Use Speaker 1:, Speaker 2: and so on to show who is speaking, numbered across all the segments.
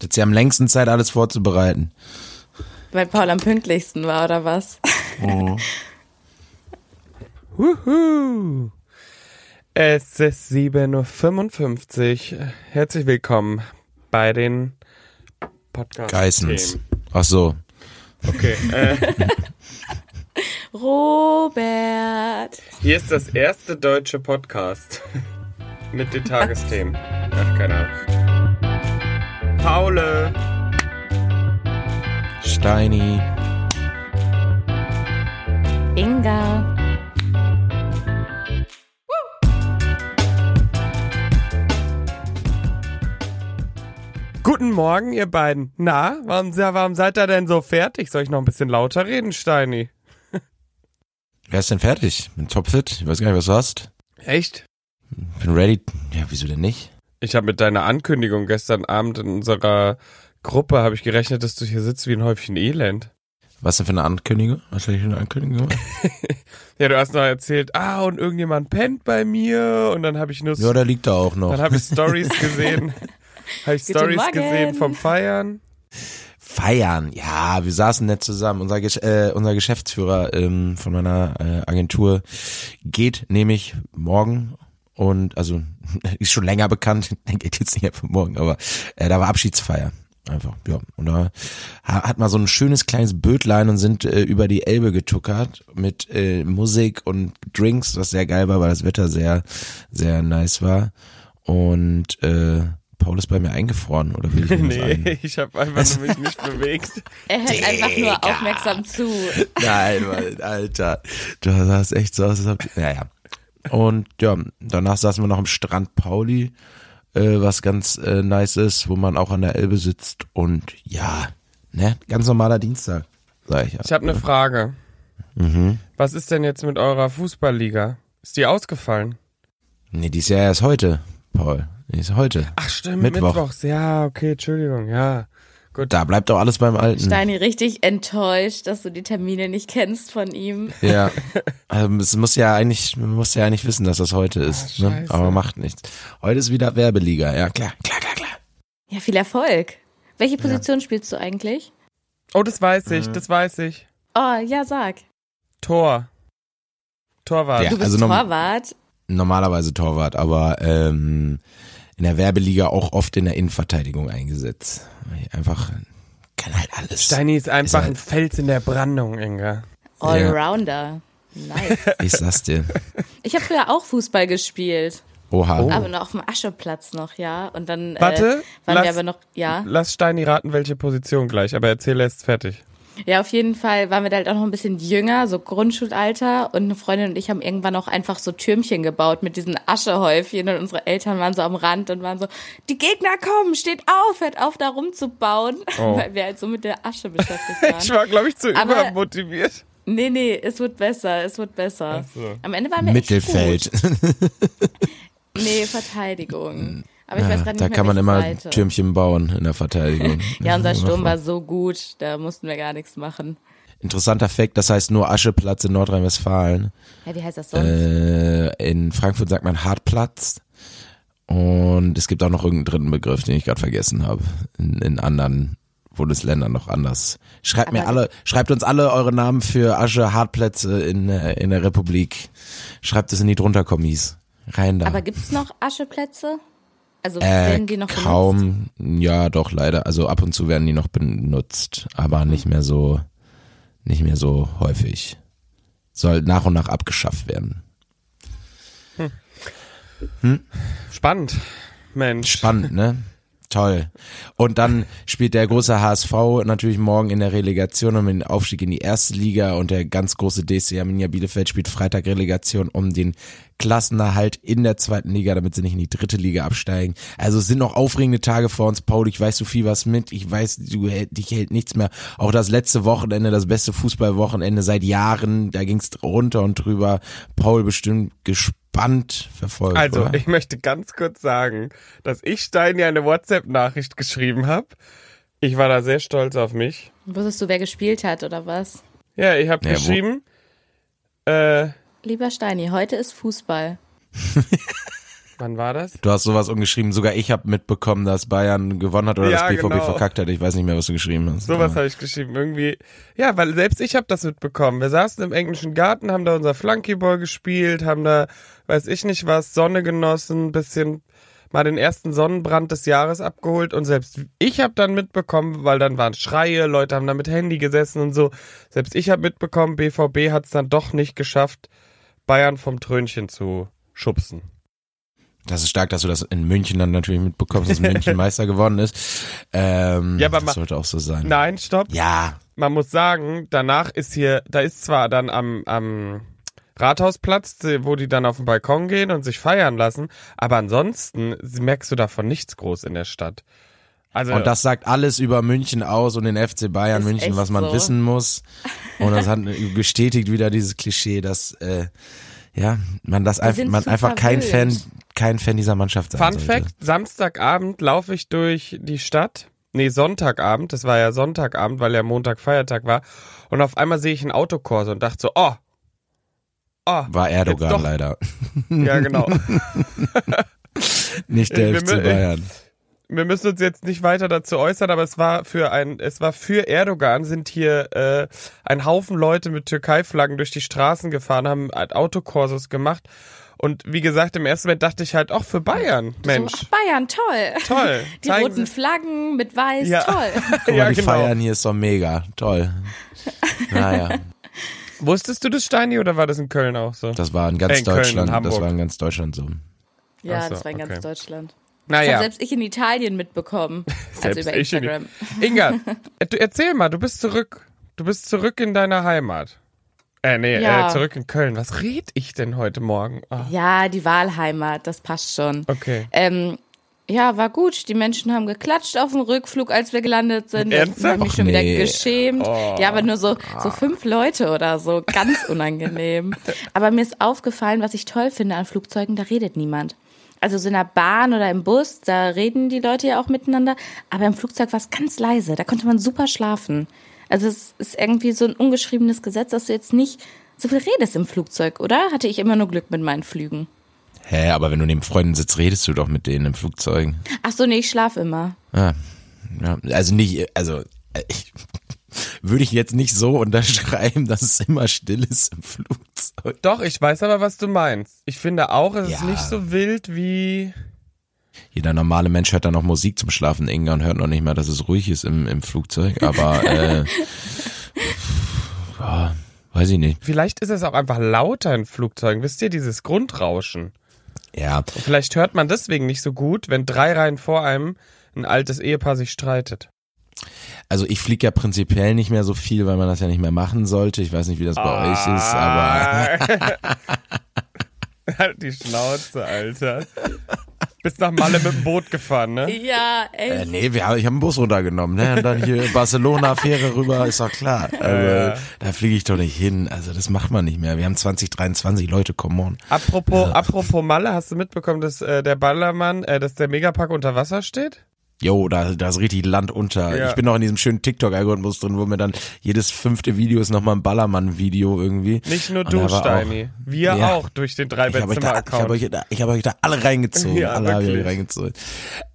Speaker 1: Du hast ja am längsten Zeit, alles vorzubereiten.
Speaker 2: Weil Paul am pünktlichsten war, oder was?
Speaker 1: Oh.
Speaker 3: Wuhu. Es ist 7.55 Uhr. Herzlich willkommen bei den Podcast.
Speaker 1: Geissens.
Speaker 3: Themen.
Speaker 1: Ach so.
Speaker 3: Okay. Äh,
Speaker 2: Robert.
Speaker 3: hier ist das erste deutsche Podcast mit den Tagesthemen. Ach, keine Ahnung. Paule.
Speaker 1: Steini.
Speaker 2: Inga.
Speaker 3: Guten Morgen, ihr beiden. Na, warum, warum seid ihr denn so fertig? Soll ich noch ein bisschen lauter reden, Steini?
Speaker 1: Wer ist denn fertig? Bin topfit. Ich weiß gar nicht, was du hast.
Speaker 3: Echt?
Speaker 1: Bin ready. Ja, wieso denn nicht?
Speaker 3: Ich habe mit deiner Ankündigung gestern Abend in unserer Gruppe habe ich gerechnet, dass du hier sitzt wie ein Häufchen Elend.
Speaker 1: Was denn für eine Ankündigung? Was hab ich für eine Ankündigung gemacht?
Speaker 3: Ja, du hast noch erzählt, ah, und irgendjemand pennt bei mir und dann habe ich nur
Speaker 1: ja, da liegt er auch noch.
Speaker 3: dann habe ich Stories gesehen. habe ich
Speaker 2: Guten
Speaker 3: Stories
Speaker 2: Morgen.
Speaker 3: gesehen vom Feiern.
Speaker 1: Feiern. Ja, wir saßen nett zusammen. Unser, Gesch äh, unser Geschäftsführer ähm, von meiner äh, Agentur geht nämlich morgen und also ist schon länger bekannt, der geht jetzt nicht einfach morgen, aber äh, da war Abschiedsfeier. Einfach, ja. Und da ha- hat man so ein schönes kleines Bötlein und sind äh, über die Elbe getuckert mit äh, Musik und Drinks, was sehr geil war, weil das Wetter sehr, sehr nice war. Und äh, Paul ist bei mir eingefroren, oder will ich ihm das ein?
Speaker 3: Nee, ich habe einfach nur mich nicht bewegt.
Speaker 2: Er hört einfach nur aufmerksam zu.
Speaker 1: Nein, Mann, Alter. Du sahst echt so aus, als ob du, Naja. Und ja, danach saßen wir noch am Strand Pauli, äh, was ganz äh, nice ist, wo man auch an der Elbe sitzt. Und ja, ne, ganz normaler Dienstag, sag ich ja. Mhm.
Speaker 3: Ich habe eine Frage. Was ist denn jetzt mit eurer Fußballliga? Ist die ausgefallen?
Speaker 1: Nee, die ist ja erst heute, Paul. Die ist heute.
Speaker 3: Ach stimmt,
Speaker 1: Mittwoch.
Speaker 3: Mittwochs. Ja, okay, Entschuldigung, ja.
Speaker 1: Da bleibt doch alles beim Alten.
Speaker 2: Steini richtig enttäuscht, dass du die Termine nicht kennst von ihm.
Speaker 1: Ja. Also, es muss ja eigentlich, man muss ja eigentlich wissen, dass das heute ist.
Speaker 3: Ah,
Speaker 1: ne?
Speaker 3: scheiße.
Speaker 1: Aber macht nichts. Heute ist wieder Werbeliga, ja klar, klar, klar, klar.
Speaker 2: Ja, viel Erfolg. Welche Position spielst du eigentlich?
Speaker 3: Oh, das weiß
Speaker 1: Mhm.
Speaker 3: ich, das weiß ich.
Speaker 2: Oh, ja, sag.
Speaker 3: Tor. Torwart.
Speaker 1: Ja.
Speaker 2: Du bist
Speaker 1: also noch-
Speaker 2: Torwart.
Speaker 1: normalerweise Torwart, aber ähm, in der Werbeliga auch oft in der Innenverteidigung eingesetzt. Einfach kann halt alles.
Speaker 3: Steini ist einfach
Speaker 1: Ist
Speaker 3: ein
Speaker 1: halt-
Speaker 3: Fels in der Brandung, Inga.
Speaker 2: Allrounder. Nice.
Speaker 1: Ich sag's dir.
Speaker 2: Ich habe früher auch Fußball gespielt,
Speaker 1: Oha.
Speaker 2: aber noch auf dem Ascheplatz noch, ja. Und dann
Speaker 3: Warte,
Speaker 2: äh, waren
Speaker 3: lass-
Speaker 2: wir aber noch, ja.
Speaker 3: Lass Steini raten, welche Position gleich, aber erzähl erst fertig.
Speaker 2: Ja, auf jeden Fall waren wir da halt auch noch ein bisschen jünger, so Grundschulalter. Und eine Freundin und ich haben irgendwann auch einfach so Türmchen gebaut mit diesen Aschehäufchen. Und unsere Eltern waren so am Rand und waren so, die Gegner kommen, steht auf, hört auf, da rumzubauen.
Speaker 3: Oh.
Speaker 2: Weil wir halt so mit der Asche beschäftigt waren.
Speaker 3: Ich war, glaube ich, zu
Speaker 2: Aber-
Speaker 3: übermotiviert.
Speaker 2: nee, nee, es wird besser, es wird besser.
Speaker 3: Ach so.
Speaker 2: Am Ende waren wir Echt
Speaker 1: Mittelfeld.
Speaker 2: gut. Nee, Verteidigung. Aber ich weiß
Speaker 1: Hm. Ja,
Speaker 2: gerade nicht
Speaker 1: da
Speaker 2: mehr,
Speaker 1: kann man
Speaker 2: welche
Speaker 1: immer
Speaker 2: Seite.
Speaker 1: Türmchen bauen in der Verteidigung.
Speaker 2: Ja, unser Sturm war so gut, da mussten wir gar nichts machen.
Speaker 1: Interessanter Fact, das heißt nur Ascheplatz in Nordrhein-Westfalen.
Speaker 2: Ja, wie heißt das sonst?
Speaker 1: Äh, in Frankfurt sagt man Hartplatz. Und es gibt auch noch irgendeinen dritten Begriff, den ich gerade vergessen habe. In, in anderen Bundesländern noch anders. Schreibt mir
Speaker 2: Aber-
Speaker 1: alle, schreibt uns alle eure Namen für Asche, Hartplätze in, äh, in der Republik. Schreibt es in die drunter Kommis. Rein da.
Speaker 2: Aber gibt's noch Ascheplätze? Also
Speaker 1: äh,
Speaker 2: werden die noch benutzt?
Speaker 1: kaum, ja doch leider. Also ab und zu werden die noch benutzt, aber
Speaker 2: Mhm.
Speaker 1: nicht mehr so, nicht mehr so häufig. Soll nach und nach abgeschafft werden.
Speaker 3: Spannend, Mensch.
Speaker 1: Spannend, ne? Toll. Und dann spielt der große HSV natürlich morgen in der Relegation um den Aufstieg in die erste Liga und der ganz große DC Arminia Bielefeld spielt Freitag Relegation um den Klassenerhalt in der zweiten Liga, damit sie nicht in die dritte Liga absteigen. Also es sind noch aufregende Tage vor uns, Paul. Ich weiß, du fieberst mit. Ich weiß, du hält, dich hält nichts mehr. Auch das letzte Wochenende, das beste Fußballwochenende seit Jahren, da ging's runter und drüber. Paul bestimmt gespannt verfolgt.
Speaker 3: Also,
Speaker 1: oder?
Speaker 3: ich möchte ganz kurz sagen, dass ich Steini eine WhatsApp-Nachricht geschrieben habe. Ich war da sehr stolz auf mich.
Speaker 2: Wusstest du, wer gespielt hat oder was?
Speaker 3: Ja, ich habe
Speaker 1: Ja, wo-
Speaker 3: geschrieben, äh,
Speaker 2: Lieber Steini, heute ist Fußball.
Speaker 3: Wann war das?
Speaker 1: Du hast sowas umgeschrieben, sogar ich habe mitbekommen, dass Bayern gewonnen hat oder
Speaker 3: Ja,
Speaker 1: das BVB
Speaker 3: genau.
Speaker 1: verkackt hat. Ich weiß nicht mehr, was du geschrieben hast.
Speaker 3: Sowas
Speaker 1: Aber-
Speaker 3: habe ich geschrieben. Irgendwie. Ja, weil selbst ich habe das mitbekommen. Wir saßen im englischen Garten, haben da unser Flunkyball gespielt, haben da, weiß ich nicht was, Sonne genossen, bisschen mal den ersten Sonnenbrand des Jahres abgeholt und selbst ich habe dann mitbekommen, weil dann waren Schreie, Leute haben da mit Handy gesessen und so. Selbst ich habe mitbekommen, BVB hat es dann doch nicht geschafft, Bayern vom Trönchen zu schubsen.
Speaker 1: Das ist stark, dass du das in München dann natürlich mitbekommst, dass München Meister geworden ist. Ähm,
Speaker 3: Ja, aber ma-
Speaker 1: das sollte auch so sein.
Speaker 3: Nein, stopp.
Speaker 1: Ja,
Speaker 3: man muss sagen, danach ist hier, da ist zwar dann am, am Rathausplatz, wo die dann auf den Balkon gehen und sich feiern lassen, aber ansonsten merkst du davon nichts groß in der Stadt. Also,
Speaker 1: und das sagt alles über München aus und den FC Bayern
Speaker 2: Ist
Speaker 1: München,
Speaker 2: echt
Speaker 1: was man
Speaker 2: so.
Speaker 1: wissen muss. Und das hat bestätigt wieder dieses Klischee, dass äh, ja man das einfach
Speaker 2: sind
Speaker 1: man
Speaker 2: zu
Speaker 1: einfach kein Fan
Speaker 2: verwöhnt.
Speaker 1: kein Fan dieser Mannschaft sein
Speaker 3: Fun
Speaker 1: sollte.
Speaker 3: Fact, Samstagabend laufe ich durch die Stadt. Nee, Sonntagabend, das war ja Sonntagabend, weil ja Montag Feiertag war. Und auf einmal sehe ich einen Autokorso und dachte so, oh, oh.
Speaker 1: War
Speaker 3: Jetzt
Speaker 1: Erdogan
Speaker 3: doch.
Speaker 1: leider
Speaker 3: Ja, genau.
Speaker 1: nicht
Speaker 3: Ich
Speaker 1: der
Speaker 3: bin
Speaker 1: FC
Speaker 3: mir-
Speaker 1: Bayern.
Speaker 3: wir müssen uns jetzt nicht weiter dazu äußern, aber es war für ein, es war für Erdogan sind hier äh, ein Haufen Leute mit Türkei-Flaggen durch die Straßen gefahren, haben halt Autokursus gemacht. Und wie gesagt, im ersten Moment dachte ich halt auch für Bayern, Mensch,
Speaker 2: So, ach, Bayern, toll.
Speaker 3: toll.
Speaker 2: Die
Speaker 3: Zeigen
Speaker 2: roten
Speaker 3: Sie-
Speaker 2: Flaggen mit Weiß,
Speaker 3: Ja.
Speaker 2: toll.
Speaker 1: Guck mal,
Speaker 3: ja,
Speaker 1: die
Speaker 3: genau.
Speaker 1: feiern hier ist doch mega toll. Naja,
Speaker 3: Wusstest du das, Steini, oder war das in Köln auch so?
Speaker 1: das war in ganz
Speaker 3: In Köln,
Speaker 1: Deutschland, das
Speaker 3: Hamburg.
Speaker 1: war in ganz Deutschland so.
Speaker 2: Ja,
Speaker 3: Ach so,
Speaker 2: das war in ganz
Speaker 3: okay.
Speaker 2: Deutschland. Das hab
Speaker 3: naja,
Speaker 2: selbst ich in Italien mitbekommen. also
Speaker 3: Selbst
Speaker 2: über
Speaker 3: ich in-
Speaker 2: Instagram.
Speaker 3: Inga, äh, du, erzähl mal, du bist zurück, du bist zurück in deiner Heimat. Äh, nee,
Speaker 2: Ja.
Speaker 3: äh, zurück in Köln. Was red ich denn heute Morgen? Ah,
Speaker 2: Ja, die Wahlheimat, das passt schon.
Speaker 3: okay.
Speaker 2: Ähm, ja, war gut. Die Menschen haben geklatscht auf dem Rückflug, als wir gelandet sind.
Speaker 3: Ernsthaft?
Speaker 2: Ich habe mich
Speaker 1: Och,
Speaker 2: schon wieder
Speaker 1: nee.
Speaker 2: geschämt. Ja, aber nur so, so fünf Leute oder so. Ganz unangenehm. aber mir ist aufgefallen, was ich toll finde an Flugzeugen, da redet niemand. Also so in der Bahn oder im Bus, da reden die Leute ja auch miteinander. Aber im Flugzeug war es ganz leise. Da konnte man super schlafen. Also es ist irgendwie so ein ungeschriebenes Gesetz, dass du jetzt nicht so viel redest im Flugzeug, oder? Hatte ich immer nur Glück mit meinen Flügen.
Speaker 1: Hä, aber wenn du neben Freunden sitzt, redest du doch mit denen im Flugzeug.
Speaker 2: Ach so, nee, ich schlaf immer.
Speaker 1: Ja, ja. Also nicht, also äh, ich würde ich jetzt nicht so unterschreiben, dass es immer still ist im Flugzeug.
Speaker 3: Doch, ich weiß aber, was du meinst. Ich finde auch, es ist
Speaker 1: Ja.
Speaker 3: nicht so wild wie.
Speaker 1: Jeder normale Mensch hört dann noch Musik zum Schlafen, Inga, und hört noch nicht mal, dass es ruhig ist im, im Flugzeug. Aber äh, ja, weiß ich nicht.
Speaker 3: Vielleicht ist es auch einfach lauter in Flugzeugen. Wisst ihr, dieses Grundrauschen?
Speaker 1: Ja,
Speaker 3: Vielleicht hört man deswegen nicht so gut, wenn drei Reihen vor einem ein altes Ehepaar sich streitet.
Speaker 1: also ich fliege ja prinzipiell nicht mehr so viel, weil man das ja nicht mehr machen sollte. Ich weiß nicht, wie das bei euch ist, aber
Speaker 3: Ah. Halt die Schnauze, Alter. Bist nach Malle mit dem Boot gefahren, ne?
Speaker 2: Ja, echt.
Speaker 1: Äh, nee, wir, haben- ich habe einen Bus runtergenommen, ne? Und dann hier Barcelona-Fähre rüber, ist doch klar. Also, Da fliege ich doch nicht hin. Also das macht man nicht mehr. Wir haben 2023 Leute, come on.
Speaker 3: Apropos, apropos Malle, hast du mitbekommen, dass äh, der Ballermann, äh, dass der Megapark unter Wasser steht?
Speaker 1: Jo, da, da ist richtig Land unter.
Speaker 3: Ja.
Speaker 1: Ich bin noch in diesem schönen TikTok-Algorithmus drin, wo mir dann jedes fünfte Video ist nochmal ein Ballermann-Video irgendwie.
Speaker 3: Nicht nur
Speaker 1: Und
Speaker 3: du,
Speaker 1: da war
Speaker 3: Steini. Wir
Speaker 1: Ja.
Speaker 3: auch durch den
Speaker 1: Auch, ich habe euch, da- ich hab
Speaker 3: Drei-Bettzimmer-Account.
Speaker 1: euch, da- ich hab euch da alle reingezogen.
Speaker 3: Ja,
Speaker 1: alle habe ich euch
Speaker 3: wirklich.
Speaker 1: reingezogen.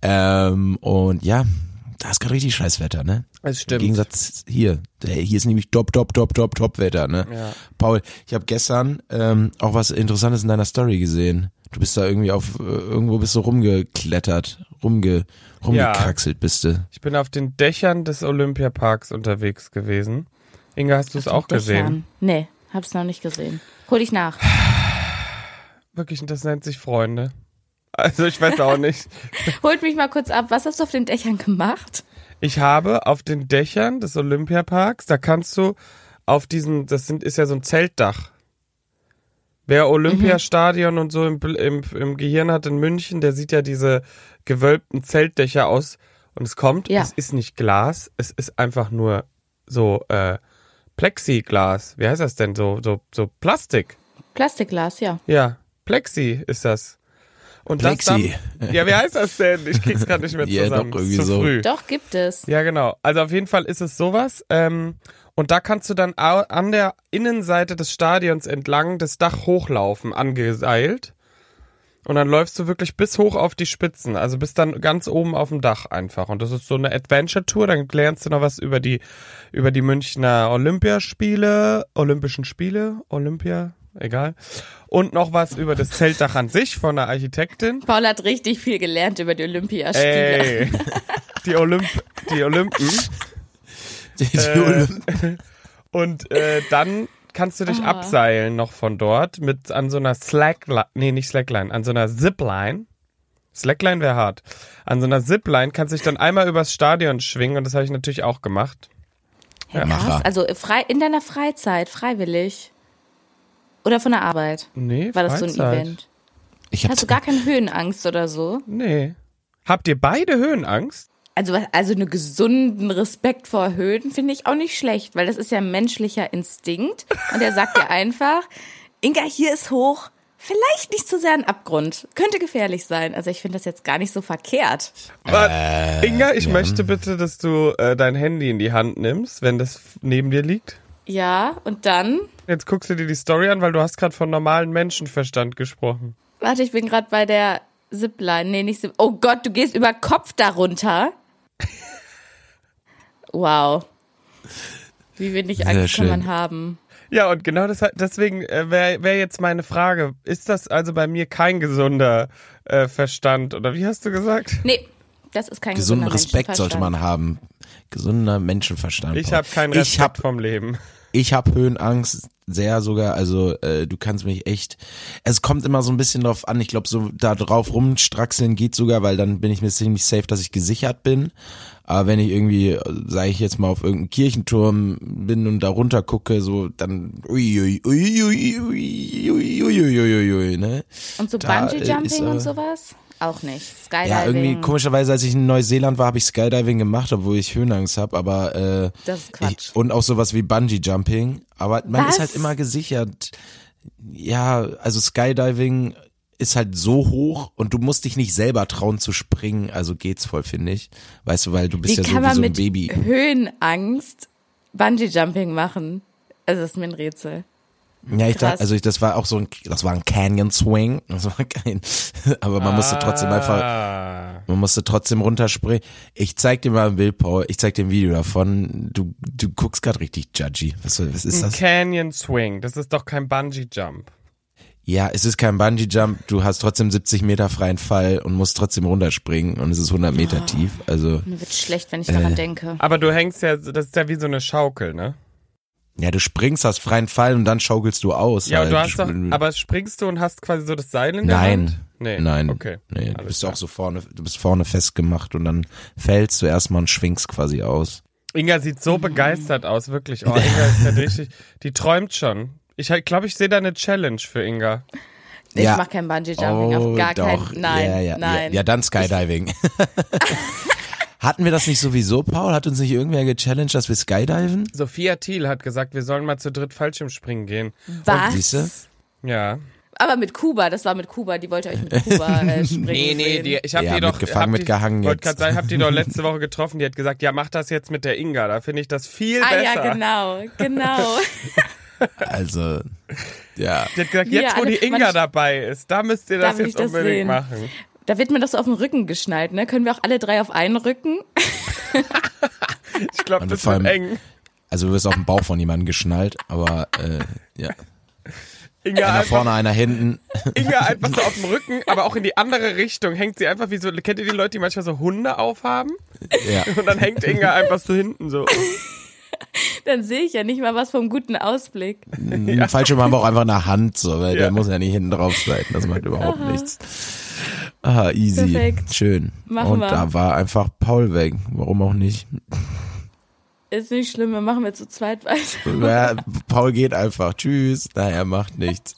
Speaker 1: Ähm, und ja, da ist gerade richtig Scheißwetter, ne?
Speaker 3: Es
Speaker 1: Im
Speaker 3: stimmt.
Speaker 1: Gegensatz hier. Äh, Hier ist nämlich top, top, top, top, top Wetter, ne?
Speaker 3: Ja.
Speaker 1: Paul, ich habe gestern ähm, auch was Interessantes in deiner Story gesehen. Du bist da irgendwie auf, äh, irgendwo bist du rumgeklettert, rumge, rumgekraxelt bist du.
Speaker 3: Ich bin auf den Dächern des Olympiaparks unterwegs gewesen. Inga, hast du es auch gesehen?
Speaker 2: Nee, hab's noch nicht gesehen. Hol ich nach.
Speaker 3: Wirklich, das nennt sich Freunde. Also ich weiß auch nicht.
Speaker 2: Holt mich mal kurz ab. Was hast du auf den Dächern gemacht?
Speaker 3: Ich habe auf den Dächern des Olympiaparks, da kannst du auf diesen, das sind, ist ja so ein Zeltdach. Wer Olympiastadion und so im, Bl- im, im Gehirn hat in München, der sieht ja diese gewölbten Zeltdächer aus. Und es kommt,
Speaker 2: Ja.
Speaker 3: es ist nicht Glas, es ist einfach nur so äh, Plexiglas. Wie heißt das denn? So, so, so Plastik.
Speaker 2: Plastikglas, ja.
Speaker 3: Ja, Plexi ist das. Und
Speaker 1: Plexi.
Speaker 3: Das dann, ja, wie heißt das denn? Ich krieg's gerade nicht mehr
Speaker 1: Ja,
Speaker 3: zusammen.
Speaker 1: doch, irgendwie
Speaker 3: Zu
Speaker 1: so.
Speaker 3: früh.
Speaker 2: Doch, gibt es.
Speaker 3: Ja, genau. Also auf jeden Fall ist es sowas. Ähm, und da kannst du dann au- an der Innenseite des Stadions entlang das Dach hochlaufen, angeseilt. Und dann läufst du wirklich bis hoch auf die Spitzen, also bis dann ganz oben auf dem Dach einfach. Und das ist so eine Adventure-Tour. Dann lernst du noch was über die, über die Münchner Olympiaspiele, Olympischen Spiele, Olympia, egal. Und noch was über das Zeltdach an sich von der Architektin.
Speaker 2: Paul hat richtig viel gelernt über die Olympiaspiele.
Speaker 3: Ey, die Olymp, die Olympen.
Speaker 1: Die, die
Speaker 3: Äh,
Speaker 1: Olymp-
Speaker 3: Und äh, dann kannst du dich
Speaker 2: Ah.
Speaker 3: abseilen noch von dort mit an so einer Slackline, nee, nicht Slackline, an so einer Zipline. Slackline wäre hart. An so einer Zipline kannst du dich dann einmal übers Stadion schwingen und das habe ich natürlich auch gemacht.
Speaker 2: Hey,
Speaker 1: Ja.
Speaker 2: krass.
Speaker 1: Macher.
Speaker 2: Also frei, in deiner Freizeit, freiwillig. Oder von der Arbeit.
Speaker 3: Nee,
Speaker 2: War das so ein
Speaker 3: Freizeit.
Speaker 2: Event?
Speaker 1: Ich
Speaker 2: Hast
Speaker 1: hab's,
Speaker 2: du gar keine Höhenangst oder so?
Speaker 3: Nee. Habt ihr beide Höhenangst?
Speaker 2: Also, was- also einen gesunden Respekt vor Höhen finde ich auch nicht schlecht, weil das ist ja ein menschlicher Instinkt. Und der sagt dir einfach, Inga, hier ist hoch, vielleicht nicht zu sehr ein Abgrund. Könnte gefährlich sein. Also ich finde das jetzt gar nicht so verkehrt.
Speaker 1: äh,
Speaker 3: Warte, Inga, ich möchte bitte, dass du äh, dein Handy in die Hand nimmst, wenn das f- neben dir liegt.
Speaker 2: Ja, und dann,
Speaker 3: Jetzt guckst du dir die Story an, weil du hast gerade von normalen Menschenverstand gesprochen.
Speaker 2: warte, ich bin gerade bei der Zipline. Nee, nicht Zip. Oh Gott, du gehst über Kopf darunter. Wow. Wie wenig
Speaker 1: Sehr
Speaker 2: Angst kann
Speaker 1: schön.
Speaker 2: man haben.
Speaker 3: Ja, und genau das, deswegen äh, wäre wär jetzt meine Frage, ist das also bei mir kein gesunder äh, Verstand oder wie hast du gesagt?
Speaker 2: Nee, das ist kein
Speaker 1: gesunden
Speaker 2: gesunder
Speaker 1: Respekt sollte
Speaker 2: Menschenverstand.
Speaker 1: man haben. Gesunder Menschenverstand.
Speaker 3: Ich
Speaker 1: Paul.
Speaker 3: habe keinen
Speaker 1: Ich
Speaker 3: Respekt
Speaker 1: hab
Speaker 3: vom Leben.
Speaker 1: ich habe Höhenangst sehr sogar, also äh, du kannst mich echt, es kommt immer so ein bisschen drauf an, ich glaube so da drauf rumstraxeln geht sogar, weil dann bin ich mir ziemlich safe, dass ich gesichert bin, aber wenn ich irgendwie, sage ich jetzt mal, auf irgendeinem Kirchenturm bin und da runter gucke, so dann ui, ui, ui, ui, ui, ui, ui, ui, ui, ui, ne?
Speaker 2: Und so
Speaker 1: Da, äh, ist,
Speaker 2: Bungee-Jumping
Speaker 1: äh,
Speaker 2: und sowas? Auch nicht. Skydiving.
Speaker 1: Ja, irgendwie komischerweise, als ich in Neuseeland war, habe ich Skydiving gemacht, obwohl ich Höhenangst habe, aber äh,
Speaker 2: Das ist Quatsch.
Speaker 1: Ich, und auch sowas wie Bungee Jumping, aber man
Speaker 2: Was?
Speaker 1: ist halt immer gesichert. Ja, also Skydiving ist halt so hoch und du musst dich nicht selber trauen zu springen, also geht's voll, finde ich. Weißt du, weil du
Speaker 2: Wie
Speaker 1: bist ja
Speaker 2: kann
Speaker 1: so wie
Speaker 2: man
Speaker 1: so ein
Speaker 2: mit
Speaker 1: Baby.
Speaker 2: Höhenangst Bungee-Jumping machen? Also, das ist mir ein Rätsel.
Speaker 1: Ja, ich
Speaker 2: krass.
Speaker 1: dachte, also ich, das war auch so ein, das war ein Canyon Swing, das war kein, aber man musste trotzdem einfach,
Speaker 3: Ah.
Speaker 1: Man musste trotzdem runterspringen. Ich zeig dir mal ein Bild, Paul. Ich zeig dir ein Video davon. Du, du guckst gerade richtig judgy. Was, soll- was ist
Speaker 3: Ein
Speaker 1: das?
Speaker 3: Canyon Swing, das ist doch kein Bungee Jump.
Speaker 1: Ja, es ist kein Bungee-Jump. Du hast trotzdem 70 Meter freien Fall und musst trotzdem runterspringen. Und es ist 100 Meter
Speaker 2: Ah.
Speaker 1: tief. Also,
Speaker 2: Mir wird schlecht, wenn ich
Speaker 1: Äh,
Speaker 2: daran denke.
Speaker 3: Aber du hängst ja, das ist ja wie so eine Schaukel, ne?
Speaker 1: ja, du springst, hast freien Fall und dann schaukelst du aus.
Speaker 3: Ja, und du
Speaker 1: halt.
Speaker 3: hast doch,
Speaker 1: sp-
Speaker 3: aber springst du und hast quasi so das Seil in der Hand?
Speaker 1: Nein.
Speaker 3: Nee,
Speaker 1: Nein.
Speaker 3: okay.
Speaker 1: Nee, du
Speaker 3: Alles
Speaker 1: bist
Speaker 3: klar.
Speaker 1: auch so vorne, du bist vorne festgemacht und dann fällst du erstmal und schwingst quasi aus.
Speaker 3: Inga sieht so begeistert aus, wirklich. Oh, Inga ist halt richtig, die träumt schon. Ich glaube, ich sehe da eine Challenge für Inga.
Speaker 2: Ich
Speaker 1: ja. Oh,
Speaker 2: mache kein Bungee-Jumping, auf gar
Speaker 1: doch.
Speaker 2: keinen. Nein,
Speaker 1: ja, ja,
Speaker 2: nein.
Speaker 1: Ja, ja dann Skydiving. Hatten wir das nicht sowieso, Paul? Hat uns nicht irgendwer gechallenged, dass wir skydiven?
Speaker 3: Sophia Thiel hat gesagt, wir sollen mal zu dritt Fallschirmspringen gehen.
Speaker 1: siehste?
Speaker 2: Was?
Speaker 3: Ja.
Speaker 2: Aber mit Kuba, das war mit Kuba, die wollte euch mit Kuba äh, springen. sehen.
Speaker 3: ich hab
Speaker 1: Ja, mitgefangen,
Speaker 3: hab die-
Speaker 1: mitgehangen
Speaker 3: wollt
Speaker 1: jetzt.
Speaker 3: grad sagen, hab die doch letzte Woche getroffen, die hat gesagt, ja, mach das jetzt mit der Inga, da finde ich das viel
Speaker 2: Ah
Speaker 3: besser.
Speaker 2: ja, genau, genau.
Speaker 1: Also, ja.
Speaker 3: Die hat gesagt,
Speaker 2: Wir
Speaker 3: jetzt wo
Speaker 2: alle-
Speaker 3: die Inga
Speaker 2: manch-
Speaker 3: dabei ist, da müsst ihr das
Speaker 2: Darf ich
Speaker 3: jetzt
Speaker 2: das
Speaker 3: unbedingt
Speaker 2: sehen?
Speaker 3: machen.
Speaker 2: Da wird mir doch so auf den Rücken geschnallt, ne? Können wir auch alle drei auf einen Rücken?
Speaker 3: Ich glaube,
Speaker 1: Und
Speaker 3: das
Speaker 1: vor
Speaker 3: wird
Speaker 1: allem-
Speaker 3: eng.
Speaker 1: Also du wirst auf den Bauch von jemandem geschnallt, aber äh, ja.
Speaker 3: Inga
Speaker 1: Einer
Speaker 3: einfach,
Speaker 1: vorne, einer hinten.
Speaker 3: Inga einfach so auf dem Rücken, aber auch in die andere Richtung hängt sie einfach wie so, kennt ihr die Leute, die manchmal so Hunde aufhaben?
Speaker 1: Ja.
Speaker 3: Und dann hängt Inga einfach so hinten so.
Speaker 2: Dann sehe ich ja nicht mal was vom guten Ausblick.
Speaker 1: ja. Fallschirm haben wir auch einfach in der Hand, so, weil
Speaker 3: Ja.
Speaker 1: der muss ja nicht hinten drauf sein. Das macht überhaupt nichts. Ah, easy.
Speaker 2: Perfekt.
Speaker 1: Schön.
Speaker 2: Machen
Speaker 1: Und
Speaker 2: wir.
Speaker 1: da war einfach Paul weg. Warum auch nicht?
Speaker 2: Ist nicht schlimm, wir machen wir zu zweit weiter.
Speaker 1: Ja, Paul geht einfach. Tschüss. Na, er macht nichts.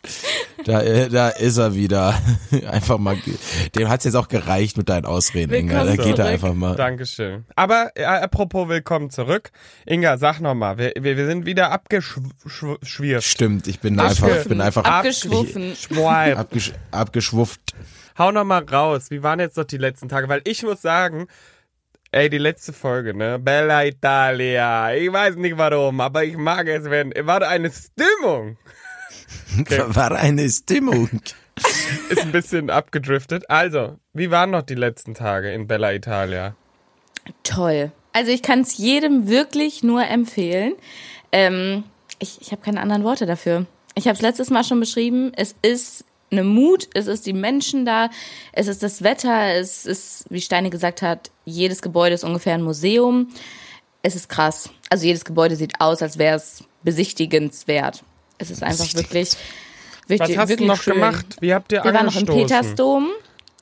Speaker 1: Da, äh, da ist er wieder. Einfach mal. ge- Dem hat's jetzt auch gereicht mit deinen Ausreden, Inga. Da
Speaker 2: Willkommen
Speaker 1: geht er
Speaker 2: zurück.
Speaker 1: einfach mal.
Speaker 3: Dankeschön. Aber äh, apropos willkommen zurück. Inga, sag nochmal, wir, wir, wir sind wieder abgeschwirrt.
Speaker 1: Stimmt, ich bin
Speaker 3: Dankeschön.
Speaker 1: einfach, ich bin einfach ab,
Speaker 2: Abgeschwuffen.
Speaker 1: abgesch abgeschwufft.
Speaker 3: Hau nochmal raus. Wie waren jetzt noch die letzten Tage? Weil ich muss sagen, ey, die letzte Folge, ne? Bella Italia. Ich weiß nicht warum, aber ich mag es, wenn. War da eine Stimmung?
Speaker 1: War eine Stimmung.
Speaker 3: ist ein bisschen abgedriftet. Also, wie waren noch die letzten Tage in Bella Italia?
Speaker 2: Toll. Also ich kann es jedem wirklich nur empfehlen. Ähm, ich ich habe keine anderen Worte dafür. Ich habe es letztes Mal schon beschrieben. Es ist eine Mut, es ist die Menschen da, es ist das Wetter, es ist, wie Steine gesagt hat, jedes Gebäude ist ungefähr ein Museum. Es ist krass. Also jedes Gebäude sieht aus, als wäre es besichtigenswert. Es ist einfach wirklich,
Speaker 3: Was
Speaker 2: wirklich,
Speaker 3: hast du
Speaker 2: wirklich
Speaker 3: noch
Speaker 2: schön.
Speaker 3: gemacht? Wie habt ihr
Speaker 2: Wir waren noch im
Speaker 3: angestoßen?
Speaker 2: Petersdom.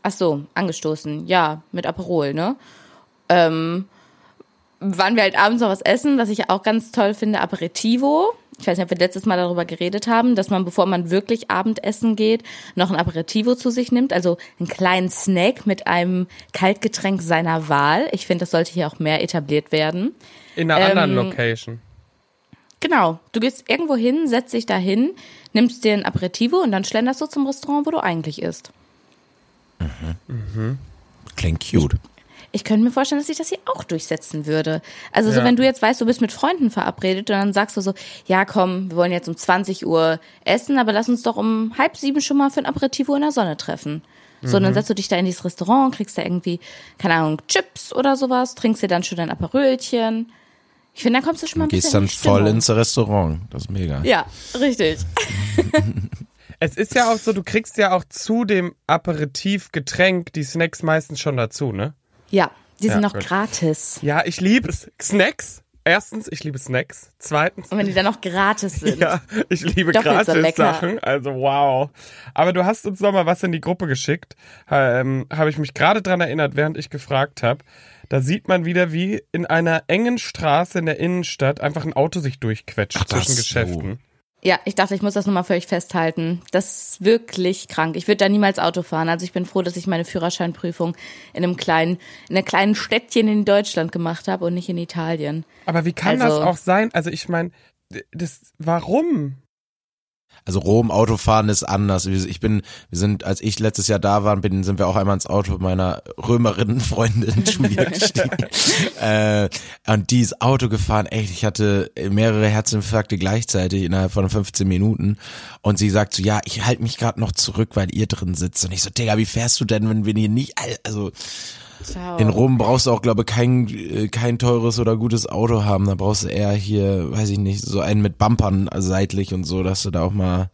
Speaker 2: Ach so, angestoßen. Ja, mit Aperol, ne? Ähm, waren wir halt abends noch was essen, was ich auch ganz toll finde, Aperitivo. Ich weiß nicht, ob wir letztes Mal darüber geredet haben, dass man, bevor man wirklich Abendessen geht, noch ein Aperitivo zu sich nimmt, also einen kleinen Snack mit einem Kaltgetränk seiner Wahl. Ich finde, das sollte hier auch mehr etabliert werden.
Speaker 3: in einer
Speaker 2: Ähm,
Speaker 3: anderen Location.
Speaker 2: Genau, du gehst irgendwo hin, setzt dich da hin, nimmst dir ein Aperitivo und dann schlenderst du zum Restaurant, wo du eigentlich isst.
Speaker 1: Klingt cute.
Speaker 2: Ich könnte mir vorstellen, dass ich das hier auch durchsetzen würde. Also so,
Speaker 3: Ja.
Speaker 2: wenn du jetzt weißt, du bist mit Freunden verabredet und dann sagst du so, ja komm, wir wollen jetzt um 20 Uhr essen, aber lass uns doch um halb sieben schon mal für ein Aperitivo in der Sonne treffen. So, und dann setzt du dich da in dieses Restaurant, kriegst da irgendwie, keine Ahnung, Chips oder sowas, trinkst dir dann schon dein Aperölchen. Ich finde, dann kommst du schon mal ein
Speaker 1: Gehst
Speaker 2: bisschen
Speaker 1: dann
Speaker 2: in die Stimmung.
Speaker 1: voll ins Restaurant. Das ist mega.
Speaker 2: Ja, richtig.
Speaker 3: Es ist ja auch so, du kriegst ja auch zu dem Aperitivgetränk die Snacks meistens schon dazu, ne?
Speaker 2: Ja, die sind
Speaker 3: Ja,
Speaker 2: noch
Speaker 3: gut.
Speaker 2: gratis.
Speaker 3: Ja, ich liebe es. Snacks. Erstens, ich liebe Snacks. Zweitens,
Speaker 2: Und wenn die dann noch gratis sind.
Speaker 3: ja, ich liebe
Speaker 2: Mhm. Doppelt so
Speaker 3: gratis
Speaker 2: lecker.
Speaker 3: Sachen. Also wow. Aber du hast uns noch mal was in die Gruppe geschickt. Ähm, Habe ich mich gerade dran erinnert, während ich gefragt habe. Da sieht man wieder, wie in einer engen Straße in der Innenstadt einfach ein Auto sich durchquetscht
Speaker 1: das
Speaker 3: zwischen
Speaker 1: so.
Speaker 3: Geschäften.
Speaker 2: Ja, ich dachte, ich muss das nochmal für euch festhalten. Das ist wirklich krank. Ich würde da niemals Auto fahren. Also ich bin froh, dass ich meine Führerscheinprüfung in einem kleinen, in einem kleinen Städtchen in Deutschland gemacht habe und nicht in Italien.
Speaker 3: Aber wie kann
Speaker 2: Also-
Speaker 3: das auch sein? Also ich meine, das warum?
Speaker 1: Also Rom Autofahren ist anders. Wir- Ich bin, wir sind, als ich letztes Jahr da war, bin, sind wir auch einmal ins Auto meiner Römerinnen-Freundin Julia gestiegen. äh, und die ist Auto gefahren. Echt, ich hatte mehrere Herzinfarkte gleichzeitig innerhalb von 15 Minuten. Und sie sagt so, ja, ich halte mich gerade noch zurück, weil ihr drin sitzt. Und ich so, Digga, wie fährst du denn, wenn wir hier nicht, all- also,
Speaker 2: Ciao.
Speaker 1: in Rom brauchst du auch, glaube ich, kein, äh, kein teures oder gutes Auto haben. Da brauchst du eher hier, weiß ich nicht, so einen mit Bumpern seitlich und so, dass du da auch mal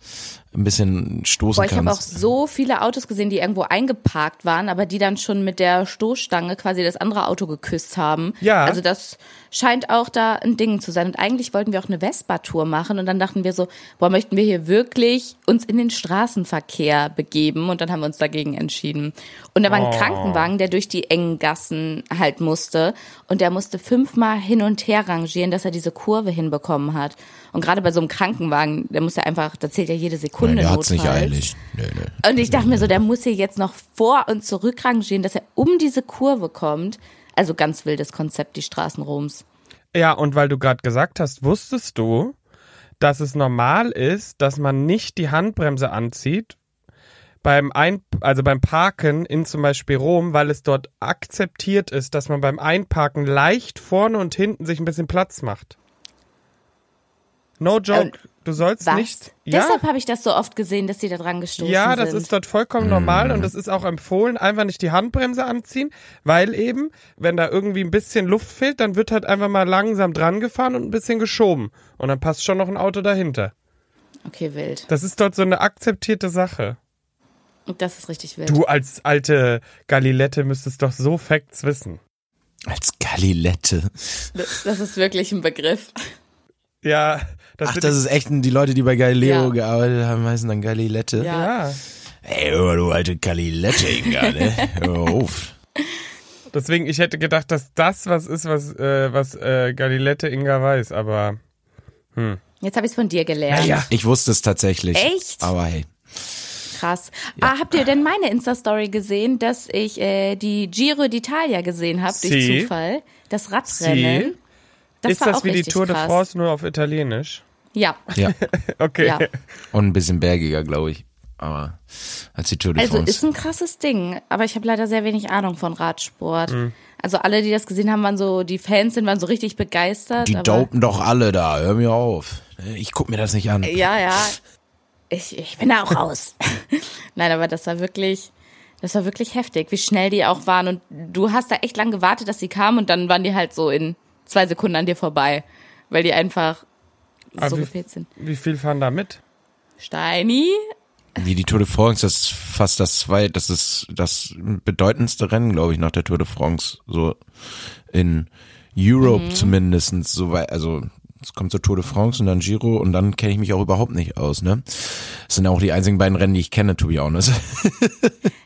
Speaker 1: ein bisschen stoßen
Speaker 2: Boah, ich habe auch
Speaker 1: kannst.
Speaker 2: so viele Autos gesehen, die irgendwo eingeparkt waren, aber die dann schon mit der Stoßstange quasi das andere Auto geküsst haben.
Speaker 3: Ja.
Speaker 2: Also das scheint auch da ein Ding zu sein. Und eigentlich wollten wir auch eine Vespa-Tour machen und dann dachten wir so, boah, möchten wir hier wirklich uns in den Straßenverkehr begeben? Und dann haben wir uns dagegen entschieden. Und da war ein
Speaker 3: Oh.
Speaker 2: Krankenwagen, der durch die engen Gassen halt musste und der musste fünfmal hin und her rangieren, dass er diese Kurve hinbekommen hat. Und gerade bei so einem Krankenwagen, der muss ja einfach, da zählt ja jede Sekunde
Speaker 1: Nein, der hat's nicht
Speaker 2: notfalls.
Speaker 1: eilig. Nee, nee.
Speaker 2: Und ich dachte mir so, der muss hier jetzt noch vor und zurück rangieren, dass er um diese Kurve kommt. Also ganz wildes Konzept, die Straßen Roms.
Speaker 3: Ja, und weil du gerade gesagt hast, wusstest du, dass es normal ist, dass man nicht die Handbremse anzieht beim Ein also beim Parken in zum Beispiel Rom, weil es dort akzeptiert ist, dass man beim Einparken leicht vorne und hinten sich ein bisschen Platz macht. No joke, du sollst
Speaker 2: Ähm, Was?
Speaker 3: nicht.
Speaker 2: Deshalb habe ich das so oft gesehen, dass die da dran gestoßen
Speaker 3: Ja, das
Speaker 2: sind.
Speaker 3: ist dort vollkommen normal und das ist auch empfohlen, einfach nicht die Handbremse anziehen, weil eben, wenn da irgendwie ein bisschen Luft fehlt, dann wird halt einfach mal langsam dran gefahren und ein bisschen geschoben. Und dann passt schon noch ein Auto dahinter.
Speaker 2: okay, wild.
Speaker 3: Das ist dort so eine akzeptierte Sache.
Speaker 2: Das ist richtig wild.
Speaker 3: Du als alte Galilette müsstest doch so Facts wissen.
Speaker 1: Als Galilette.
Speaker 2: Das ist wirklich ein Begriff.
Speaker 3: Ja, das
Speaker 1: Ach,
Speaker 3: wird-
Speaker 1: das ist echt, ein- die Leute, die bei Galileo
Speaker 2: Ja.
Speaker 1: gearbeitet haben, heißen dann Galilette.
Speaker 2: Ja.
Speaker 3: ja.
Speaker 1: Ey, hör mal, du alte Galilette, Inga, ne? Hör mal auf.
Speaker 3: Deswegen, ich hätte gedacht, dass das was ist, was, äh, was äh, Galilette Inga weiß, aber
Speaker 2: Jetzt habe ich es von dir gelernt.
Speaker 3: Ja.
Speaker 1: Ich wusste es tatsächlich.
Speaker 2: Echt?
Speaker 1: Aber hey.
Speaker 2: Krass. Ah, habt ihr denn meine Insta-Story gesehen, dass ich äh, die Giro d'Italia gesehen habe durch
Speaker 3: Sie?
Speaker 2: Zufall? Das Radrennen. Das
Speaker 3: ist
Speaker 2: war
Speaker 3: das
Speaker 2: auch
Speaker 3: wie die
Speaker 2: richtig
Speaker 3: Tour
Speaker 2: krass.
Speaker 3: de France nur auf Italienisch?
Speaker 2: Ja,
Speaker 1: Ja.
Speaker 3: Okay.
Speaker 2: ja.
Speaker 1: Und ein bisschen bergiger, glaube ich. Aber als die Tour de
Speaker 2: Also
Speaker 1: France.
Speaker 2: ist ein krasses Ding, aber ich habe leider sehr wenig Ahnung von Radsport.
Speaker 1: Mhm.
Speaker 2: Also alle, die das gesehen haben, waren so, die Fans sind waren so richtig begeistert.
Speaker 1: Die
Speaker 2: aber,
Speaker 1: dopen doch alle da, hör mir auf. Ich guck mir das nicht an.
Speaker 2: Ja, ja. ich, ich bin da auch raus. Nein, aber das war wirklich, das war wirklich heftig, wie schnell die auch waren. Und du hast da echt lang gewartet, dass sie kamen und dann waren die halt so in zwei Sekunden an dir vorbei, weil die einfach
Speaker 3: Aber
Speaker 2: so
Speaker 3: wie-
Speaker 2: gefehlt sind.
Speaker 3: Wie viel fahren da mit?
Speaker 2: Steini,
Speaker 1: Wie die Tour de France, das ist fast das zwei, das ist das bedeutendste Rennen, glaube ich, nach der Tour de France. So in Europe
Speaker 2: Mhm.
Speaker 1: zumindestens so weit, also es kommt zur Tour de France und dann Giro und dann kenne ich mich auch überhaupt nicht aus, ne? Das sind auch die einzigen beiden Rennen, die ich kenne, to be honest.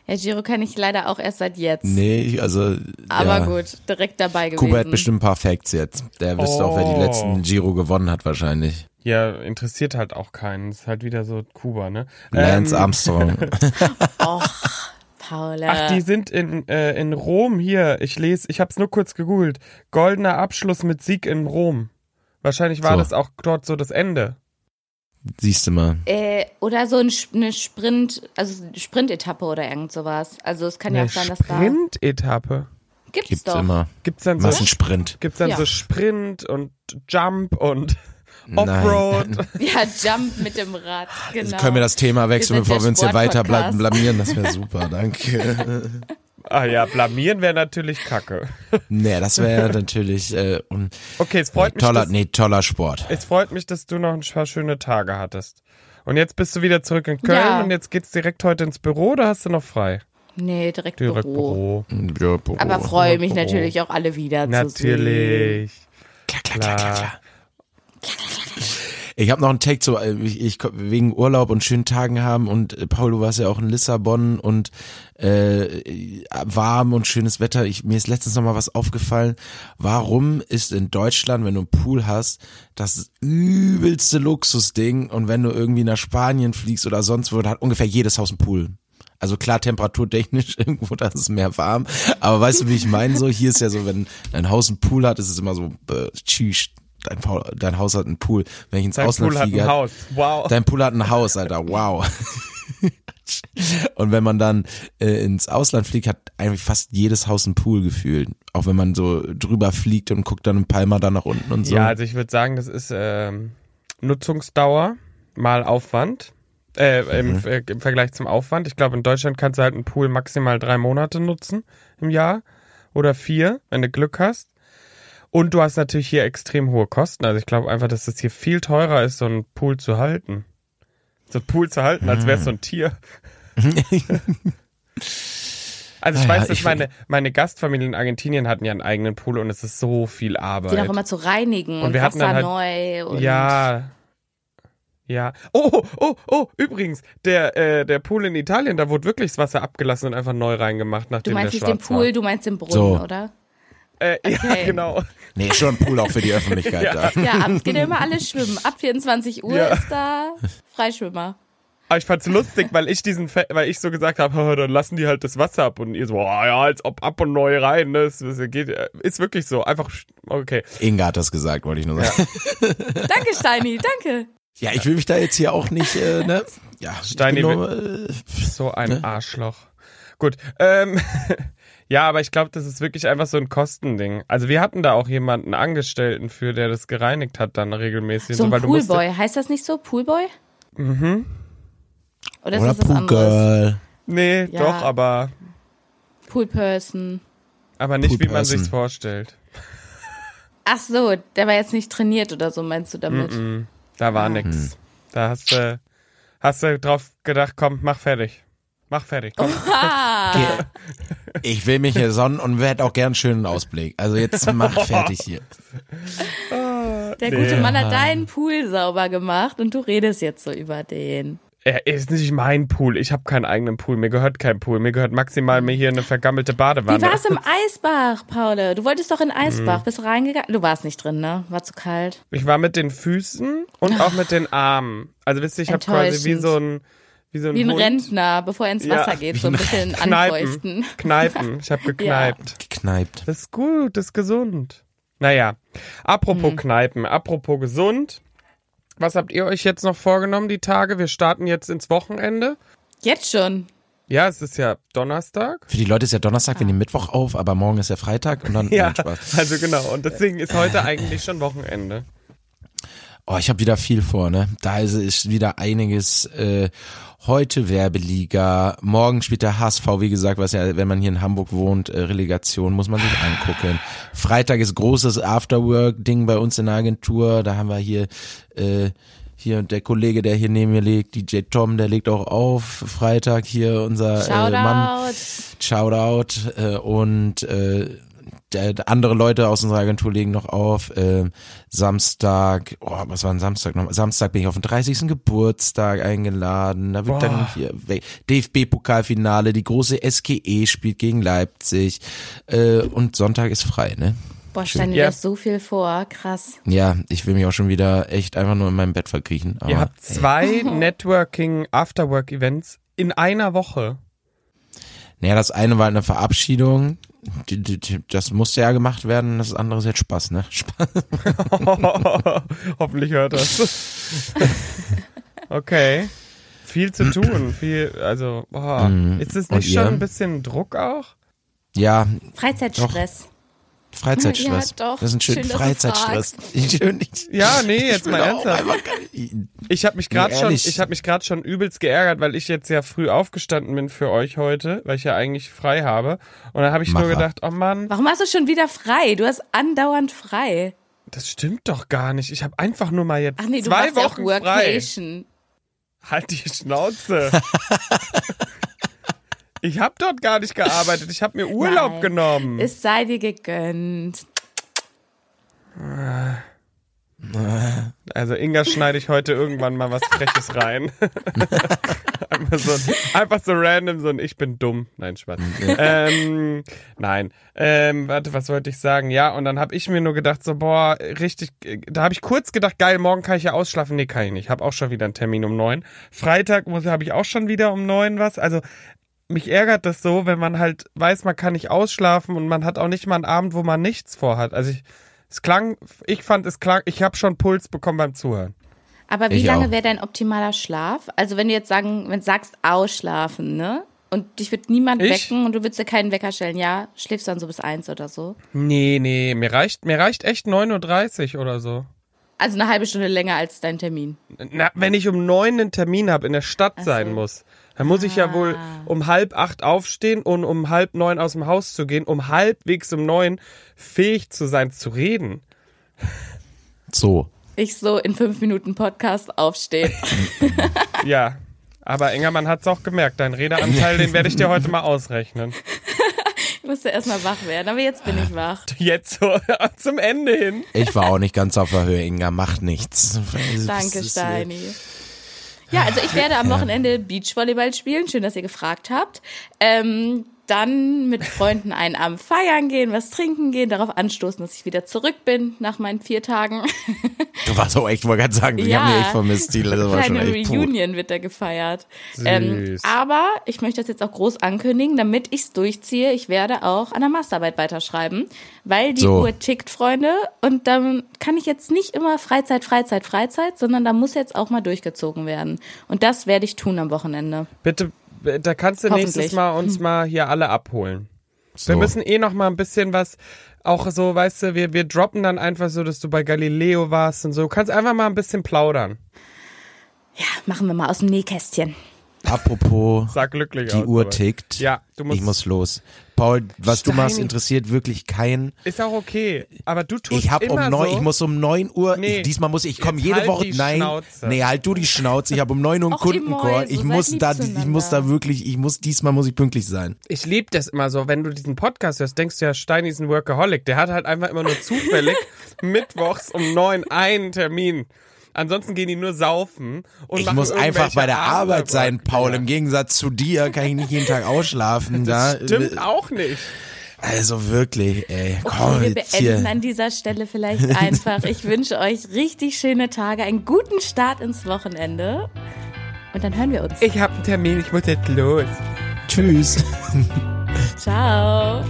Speaker 2: ja, Giro kann ich leider auch erst seit jetzt.
Speaker 1: nee, ich- also.
Speaker 2: Aber
Speaker 1: ja.
Speaker 2: gut, direkt dabei gewesen.
Speaker 1: Kuba hat bestimmt ein paar Facts jetzt. Der wüsste auch, wer die
Speaker 3: Oh.
Speaker 1: letzten Giro gewonnen hat wahrscheinlich.
Speaker 3: Ja, interessiert halt auch keinen. Ist halt wieder so Kuba, ne?
Speaker 1: Lance
Speaker 3: Ähm,
Speaker 1: Armstrong.
Speaker 2: Och, Paula.
Speaker 3: Ach, die sind in, äh, in Rom hier. Ich lese, ich hab's nur kurz gegoogelt. Goldener Abschluss mit Sieg in Rom. Wahrscheinlich war
Speaker 1: So.
Speaker 3: das auch dort so das Ende.
Speaker 1: Siehst du mal.
Speaker 2: Äh, oder so ein, Sp- eine Sprint, also Sprintetappe oder irgend sowas. Also es kann ja auch
Speaker 3: Eine
Speaker 2: sein, dass
Speaker 3: Sprint-Etappe.
Speaker 2: da gibt's,
Speaker 1: Gibt's
Speaker 2: doch.
Speaker 1: immer.
Speaker 3: Gibt's dann so,
Speaker 1: Massensprint.
Speaker 3: gibt's dann
Speaker 2: Ja.
Speaker 3: so Sprint und Jump und
Speaker 1: Nein.
Speaker 3: Offroad?
Speaker 2: Ja, Jump mit dem Rad. Genau.
Speaker 1: Also Können wir das Thema wechseln,
Speaker 2: Wir sind
Speaker 1: bevor
Speaker 2: der
Speaker 1: wir uns hier weiter bla-
Speaker 2: Sportpodcast.
Speaker 1: blamieren? Das wäre super, danke.
Speaker 3: Ah ja, blamieren wäre natürlich kacke.
Speaker 1: nee, das wäre natürlich äh, un
Speaker 3: Okay, es freut mich,
Speaker 1: toller,
Speaker 3: dass,
Speaker 1: nee, toller Sport.
Speaker 3: es freut mich, dass du noch ein paar schöne Tage hattest. Und jetzt bist du wieder zurück in Köln
Speaker 2: Ja.
Speaker 3: und jetzt geht's direkt heute ins Büro oder hast du noch frei?
Speaker 2: Nee, direkt,
Speaker 3: Direkt
Speaker 2: Büro.
Speaker 3: Büro.
Speaker 1: Ja, oh. Büro.
Speaker 2: Aber freue mich
Speaker 3: Büro.
Speaker 2: natürlich auch alle wieder zu sehen.
Speaker 3: Natürlich.
Speaker 1: Klar, klar, klar, klar, klar. Ich habe noch einen Take zu, äh, ich, ich wegen Urlaub und schönen Tagen haben und äh, Paul, du warst ja auch in Lissabon und äh, warm und schönes Wetter. Ich, mir ist letztens noch mal was aufgefallen. Warum ist in Deutschland, wenn du einen Pool hast, das übelste Luxusding und wenn du irgendwie nach Spanien fliegst oder sonst wo, da hat ungefähr jedes Haus einen Pool. Also klar, temperaturtechnisch irgendwo, da ist es mehr warm. Aber weißt du, wie ich meine? So, hier ist ja so, wenn dein Haus einen Pool hat, ist es immer so, äh, tschüss, dein, Paul- dein Haus hat einen Pool. Wenn ich ins
Speaker 3: Dein
Speaker 1: Ausland
Speaker 3: Pool hat
Speaker 1: fliege,
Speaker 3: ein
Speaker 1: hat-
Speaker 3: Haus. Wow.
Speaker 1: Dein Pool hat ein Haus, Alter. Wow. Und wenn man dann äh, ins Ausland fliegt, hat eigentlich fast jedes Haus einen Pool gefühlt. Auch wenn man so drüber fliegt und guckt dann in Palma da nach unten und so.
Speaker 3: Ja, also ich würde sagen, das ist ähm, Nutzungsdauer mal Aufwand. Äh, im,
Speaker 1: Mhm.
Speaker 3: äh, Im Vergleich zum Aufwand. Ich glaube, in Deutschland kannst du halt einen Pool maximal drei Monate nutzen im Jahr oder vier, wenn du Glück hast. Und du hast natürlich hier extrem hohe Kosten. Also ich glaube einfach, dass es hier viel teurer ist, so einen Pool zu halten. So einen Pool zu halten, als wäre es so ein Tier. Also ich
Speaker 1: Naja,
Speaker 3: weiß, dass
Speaker 1: Ah ich-
Speaker 3: meine, meine Gastfamilie in Argentinien hatten ja einen eigenen Pool und es ist so viel Arbeit.
Speaker 2: Den auch immer zu reinigen und,
Speaker 3: wir hatten
Speaker 2: Wasser
Speaker 3: dann halt-
Speaker 2: neu. Und
Speaker 3: Ja. Ja. Oh, oh, oh, übrigens, der, äh, der Pool in Italien, da wurde wirklich das Wasser abgelassen und einfach neu reingemacht,
Speaker 2: Du
Speaker 3: nachdem
Speaker 2: meinst
Speaker 3: der
Speaker 2: nicht den
Speaker 3: schwarz
Speaker 2: Pool,
Speaker 3: war.
Speaker 2: du meinst den Brunnen,
Speaker 1: So.
Speaker 2: oder?
Speaker 3: Äh, Ja,
Speaker 2: Okay.
Speaker 3: genau.
Speaker 1: Nee, schon ein Pool auch für die Öffentlichkeit da.
Speaker 2: Ja, abends geht ja immer alle schwimmen. Ab 24 Uhr
Speaker 3: Ja.
Speaker 2: ist da Freischwimmer.
Speaker 3: Aber ich fand's lustig, weil ich diesen, Fe weil ich so gesagt habe, "Haha, dann lassen die halt das Wasser ab und ihr so, ah ja, als ob ab und neu rein, ne? Das, das geht, äh, ist wirklich so, einfach, sch- okay.
Speaker 1: Inga hat das gesagt, wollte ich nur sagen.
Speaker 2: Danke, Steini, danke.
Speaker 1: Ja, ich will mich da jetzt hier auch nicht, äh, ne? Ja,
Speaker 3: Steini
Speaker 1: ich bin nur, äh,
Speaker 3: So ein Arschloch. Gut. Ähm, ja, aber ich glaube, das ist wirklich einfach so ein Kostending. Also wir hatten da auch jemanden Angestellten für, der das gereinigt hat dann regelmäßig.
Speaker 2: So ein
Speaker 3: weil du musst-
Speaker 2: Poolboy, heißt das nicht so? Poolboy? Mhm. Oder ist
Speaker 1: oder
Speaker 2: das was anderes?
Speaker 1: Poolgirl.
Speaker 3: Nee,
Speaker 2: Ja.
Speaker 3: doch, aber,
Speaker 2: Poolperson.
Speaker 3: aber nicht, wie man
Speaker 1: Poolperson.
Speaker 3: sich's vorstellt.
Speaker 2: Ach so, der war jetzt nicht trainiert oder so, meinst du damit?
Speaker 3: Mhm. Da
Speaker 2: Ah.
Speaker 3: war nix. Da hast du, hast du drauf gedacht, komm, mach fertig. Mach fertig, komm.
Speaker 2: Ah,
Speaker 1: Ich will mich hier sonnen und wer hätte auch gern einen schönen Ausblick. Also jetzt mach fertig hier.
Speaker 2: der gute Mann hat deinen Pool sauber gemacht und du redest jetzt so über den.
Speaker 3: Er ist nicht mein Pool. Ich habe keinen eigenen Pool. Mir gehört kein Pool. Mir gehört maximal mir hier eine vergammelte Badewanne.
Speaker 2: Wie war's im Eisbach, Paula? Du wolltest doch in
Speaker 3: Mhm.
Speaker 2: Eisbach. Bist reingegangen? Du warst nicht drin, ne? War zu kalt.
Speaker 3: Ich war mit den Füßen und auch mit den Armen. Also wisst ihr, ich habe quasi wie
Speaker 2: Enttäuschend.
Speaker 3: so ein wie so ein,
Speaker 2: Wie ein
Speaker 3: Hund.
Speaker 2: Rentner, bevor er ins
Speaker 3: Ja,
Speaker 2: Wasser geht, so ein bisschen
Speaker 3: Kneipen.
Speaker 2: anfeuchten.
Speaker 3: Kneipen. Ich habe gekneipt.
Speaker 1: Gekneipt.
Speaker 3: Das ist gut, das ist gesund. Naja, apropos
Speaker 2: Hm.
Speaker 3: Kneipen, apropos gesund. Was habt ihr euch jetzt noch vorgenommen, die Tage? Wir starten jetzt ins Wochenende.
Speaker 2: Jetzt schon.
Speaker 3: Ja, es ist ja Donnerstag.
Speaker 1: Für die Leute ist ja Donnerstag, wir nehmen Mittwoch auf, aber morgen ist ja Freitag und dann
Speaker 3: Ja,
Speaker 1: Nein, Spaß.
Speaker 3: also genau. Und deswegen ist heute eigentlich schon Wochenende.
Speaker 1: Oh, ich habe wieder viel vor, ne? Da ist, ist wieder einiges. Äh, heute Werbeliga, morgen spielt der HSV, wie gesagt, was ja, wenn man hier in Hamburg wohnt, äh, Relegation, muss man sich angucken. Freitag ist großes Afterwork-Ding bei uns in der Agentur. Da haben wir hier äh, hier und der Kollege, der hier neben mir liegt, DJ Tom, der legt auch auf Freitag hier unser äh, Mann.
Speaker 2: Shoutout.
Speaker 1: Shoutout äh, und äh, der, der andere Leute aus unserer Agentur legen noch auf. ähm, Samstag, oh, was war denn Samstag noch? Samstag bin ich auf den 30. Geburtstag eingeladen. Da wird dann hier we- DFB-Pokalfinale, die große SGE spielt gegen Leipzig. Äh, und Sonntag ist frei, ne?
Speaker 2: Boah, Stani,
Speaker 3: Ja.
Speaker 2: du hast so viel vor. Krass.
Speaker 1: Ja, ich will mich auch schon wieder echt einfach nur in meinem Bett verkriechen. Aber,
Speaker 3: Ihr habt
Speaker 1: ey.
Speaker 3: zwei Networking-Afterwork-Events in einer Woche.
Speaker 1: Naja, das eine war halt eine Verabschiedung. Die- die- die- Das musste ja gemacht werden, das andere ist jetzt Spaß, ne? Spaß.
Speaker 3: Hoffentlich hört das. okay. Viel zu tun, viel, also, boah. ist es
Speaker 1: Mhm. Und
Speaker 3: nicht
Speaker 1: ihr?
Speaker 3: schon ein bisschen Druck auch?
Speaker 1: Ja,
Speaker 2: Freizeitstress.
Speaker 1: Freizeitstress.
Speaker 2: Ja, doch.
Speaker 1: Das ist ein schöner
Speaker 2: Schön, dass du
Speaker 1: Freizeitstress. Ich, schön, ich,
Speaker 3: Ja, nee, jetzt
Speaker 1: will
Speaker 3: mal
Speaker 1: auch
Speaker 3: ernsthaft.
Speaker 1: einfach gar nicht-
Speaker 3: Ich habe mich gerade
Speaker 1: Nee,
Speaker 3: schon,
Speaker 1: ehrlich.
Speaker 3: ich habe mich gerade schon übelst geärgert, weil ich jetzt ja früh aufgestanden bin für euch heute, weil ich ja eigentlich frei habe. Und dann habe ich nur
Speaker 1: Macher.
Speaker 3: gedacht, oh Mann,
Speaker 2: Warum hast du schon wieder frei? Du hast andauernd frei.
Speaker 3: das stimmt doch gar nicht. Ich habe einfach nur mal jetzt
Speaker 2: Ach nee, du
Speaker 3: zwei
Speaker 2: machst ja auch
Speaker 3: Wochen frei.
Speaker 2: Workation.
Speaker 3: Halt die Schnauze. ich habe dort gar nicht gearbeitet. Ich habe mir Urlaub
Speaker 2: Nein.
Speaker 3: genommen.
Speaker 2: Es sei dir gegönnt.
Speaker 3: also Inga schneide ich heute irgendwann mal was Freches rein. einfach, so, einfach so random, so ein Ich bin dumm. Nein, Spaß. ähm, nein. Ähm, warte, was wollte ich sagen? Ja, und dann habe ich mir nur gedacht, so, boah, richtig, äh, da habe ich kurz gedacht, geil, morgen kann ich ja ausschlafen. Nee, kann ich nicht. Habe auch schon wieder einen Termin um neun. Freitag muss habe ich auch schon wieder um neun was. Also mich ärgert das so, wenn man halt weiß, man kann nicht ausschlafen und man hat auch nicht mal einen Abend, wo man nichts vorhat. Also ich, es klang, ich fand es klang, ich habe schon Puls bekommen beim Zuhören.
Speaker 2: Aber wie
Speaker 1: Ich
Speaker 2: lange
Speaker 1: auch.
Speaker 2: wäre dein optimaler Schlaf? Also wenn du jetzt sagen, wenn du sagst ausschlafen, ne? Und dich wird niemand
Speaker 3: Ich?
Speaker 2: wecken und du würdest dir keinen Wecker stellen, ja? Schläfst dann so bis eins oder so?
Speaker 3: Nee, nee, mir reicht, mir reicht echt 9.30 Uhr oder so.
Speaker 2: Also eine halbe Stunde länger als dein Termin.
Speaker 3: Na, wenn ich um neun einen Termin habe, in der Stadt sein muss, dann muss ich ja wohl um halb acht aufstehen und um halb neun aus dem Haus zu gehen, um halbwegs um neun fähig zu sein, zu reden.
Speaker 1: So.
Speaker 2: Ich so in fünf Minuten Podcast aufstehen.
Speaker 3: Ja. Aber Engermann hat's auch gemerkt. Dein Redeanteil, den werde ich dir heute mal ausrechnen.
Speaker 2: Ich musste erstmal wach werden, aber jetzt bin ich wach.
Speaker 3: Jetzt so zum Ende hin.
Speaker 1: Ich war auch nicht ganz auf der Höhe, Inga, macht nichts.
Speaker 2: Danke, Steini. Ja, also ich werde am Wochenende Beachvolleyball spielen. Schön, dass ihr gefragt habt. Ähm, dann mit Freunden einen Abend feiern gehen, was trinken gehen, darauf anstoßen, dass ich wieder zurück bin nach meinen vier Tagen.
Speaker 1: Du warst auch echt, wollte gerade sagen, ich
Speaker 2: Ja.
Speaker 1: habe mich echt vermisst. Die das war schon
Speaker 2: Kleine
Speaker 1: echt puh.
Speaker 2: Reunion wird da gefeiert. Ähm,
Speaker 3: Süß.
Speaker 2: aber ich möchte das jetzt auch groß ankündigen, damit ich's durchziehe. Ich werde auch an der Masterarbeit weiterschreiben, weil die
Speaker 1: So.
Speaker 2: Uhr tickt, Freunde. Und dann kann ich jetzt nicht immer Freizeit, Freizeit, Freizeit, sondern da muss jetzt auch mal durchgezogen werden. Und das werde ich tun am Wochenende.
Speaker 3: Bitte, da kannst du nächstes
Speaker 2: Hoffentlich.
Speaker 3: Mal uns mal hier alle abholen.
Speaker 1: So.
Speaker 3: Wir müssen eh noch mal ein bisschen was, auch so, weißt du, wir, wir droppen dann einfach so, dass du bei Galileo warst und so. Du kannst einfach mal ein bisschen plaudern.
Speaker 2: Machen wir mal aus dem Nähkästchen.
Speaker 1: Apropos,
Speaker 3: Sag glücklich
Speaker 1: die
Speaker 3: aus,
Speaker 1: Uhr
Speaker 3: aber-
Speaker 1: tickt.
Speaker 3: Ja, du musst.
Speaker 1: ich muss los. Paul, was du machst,
Speaker 3: Steini.
Speaker 1: interessiert wirklich keinen.
Speaker 3: Ist auch okay. Aber du tust
Speaker 1: Ich habe
Speaker 3: immer
Speaker 1: um neun,
Speaker 3: so.
Speaker 1: ich muss um neun Uhr,
Speaker 3: Nee.
Speaker 1: ich, diesmal muss ich, ich komme
Speaker 3: Jetzt
Speaker 1: jede
Speaker 3: halt
Speaker 1: Woche,
Speaker 3: die
Speaker 1: nein,
Speaker 3: Schnauze.
Speaker 1: nee, halt du die Schnauze, ich habe um neun Uhr einen
Speaker 2: Och, ihr
Speaker 1: Kundencall,
Speaker 2: Mäuse,
Speaker 1: ich
Speaker 2: seid
Speaker 1: muss
Speaker 2: lieb
Speaker 1: da, ich muss da
Speaker 2: zueinander.
Speaker 1: wirklich, ich muss, diesmal muss ich pünktlich sein.
Speaker 3: Ich liebe das immer so, wenn du diesen Podcast hörst, denkst du ja, Steini ist ein Workaholic. Der hat halt einfach immer nur zufällig mittwochs um neun einen Termin. Ansonsten gehen die nur saufen und
Speaker 1: Ich
Speaker 3: machen
Speaker 1: muss einfach
Speaker 3: irgendwelche
Speaker 1: bei der Arbeit sein, Paul.
Speaker 3: Ja.
Speaker 1: Im Gegensatz zu dir kann ich nicht jeden Tag ausschlafen. da.
Speaker 3: Stimmt auch nicht.
Speaker 1: Also wirklich, ey. Komm,
Speaker 2: wir
Speaker 1: jetzt hier.
Speaker 2: beenden an dieser Stelle vielleicht einfach. Ich wünsche euch richtig schöne Tage, einen guten Start ins Wochenende. Und dann hören wir uns.
Speaker 3: Ich habe einen Termin, ich muss jetzt los.
Speaker 1: Tschüss.
Speaker 2: Ciao.